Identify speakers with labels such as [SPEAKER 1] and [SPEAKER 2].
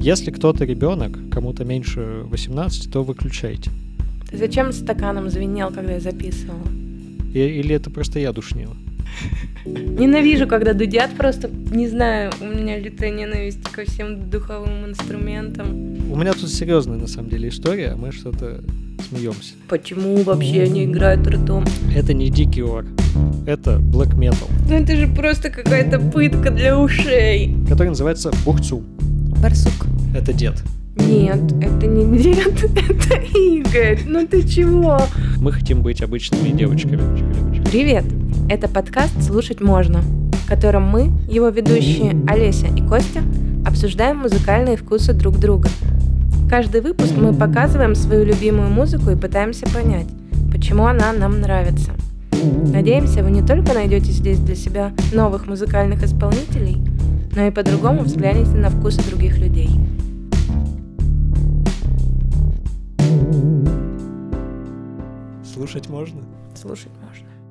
[SPEAKER 1] Если кто-то ребенок, кому-то меньше 18, то выключайте.
[SPEAKER 2] Ты зачем стаканом звенел, когда я записывала?
[SPEAKER 1] И- Или это просто я душнила?
[SPEAKER 2] Ненавижу, когда дудят, просто не знаю, у меня лицо ненависти ко всем духовым инструментам.
[SPEAKER 1] У меня тут серьезная на самом деле история, а мы что-то смеемся.
[SPEAKER 2] Почему вообще они играют ртом?
[SPEAKER 1] Это не дикий ор, это black metal,
[SPEAKER 2] Ну это же просто какая-то пытка для ушей.
[SPEAKER 1] который называется бухцу.
[SPEAKER 3] Барсук.
[SPEAKER 1] Это дед.
[SPEAKER 2] Нет, это не дед, это Игорь. Ну ты чего?
[SPEAKER 1] Мы хотим быть обычными девочками.
[SPEAKER 2] Привет! Это подкаст «Слушать можно», в котором мы, его ведущие Олеся и Костя, обсуждаем музыкальные вкусы друг друга. Каждый выпуск мы показываем свою любимую музыку и пытаемся понять, почему она нам нравится. Надеемся, вы не только найдете здесь для себя новых музыкальных исполнителей, но и по-другому взглянете на вкусы других людей.
[SPEAKER 1] Слушать можно?
[SPEAKER 2] Слушать можно.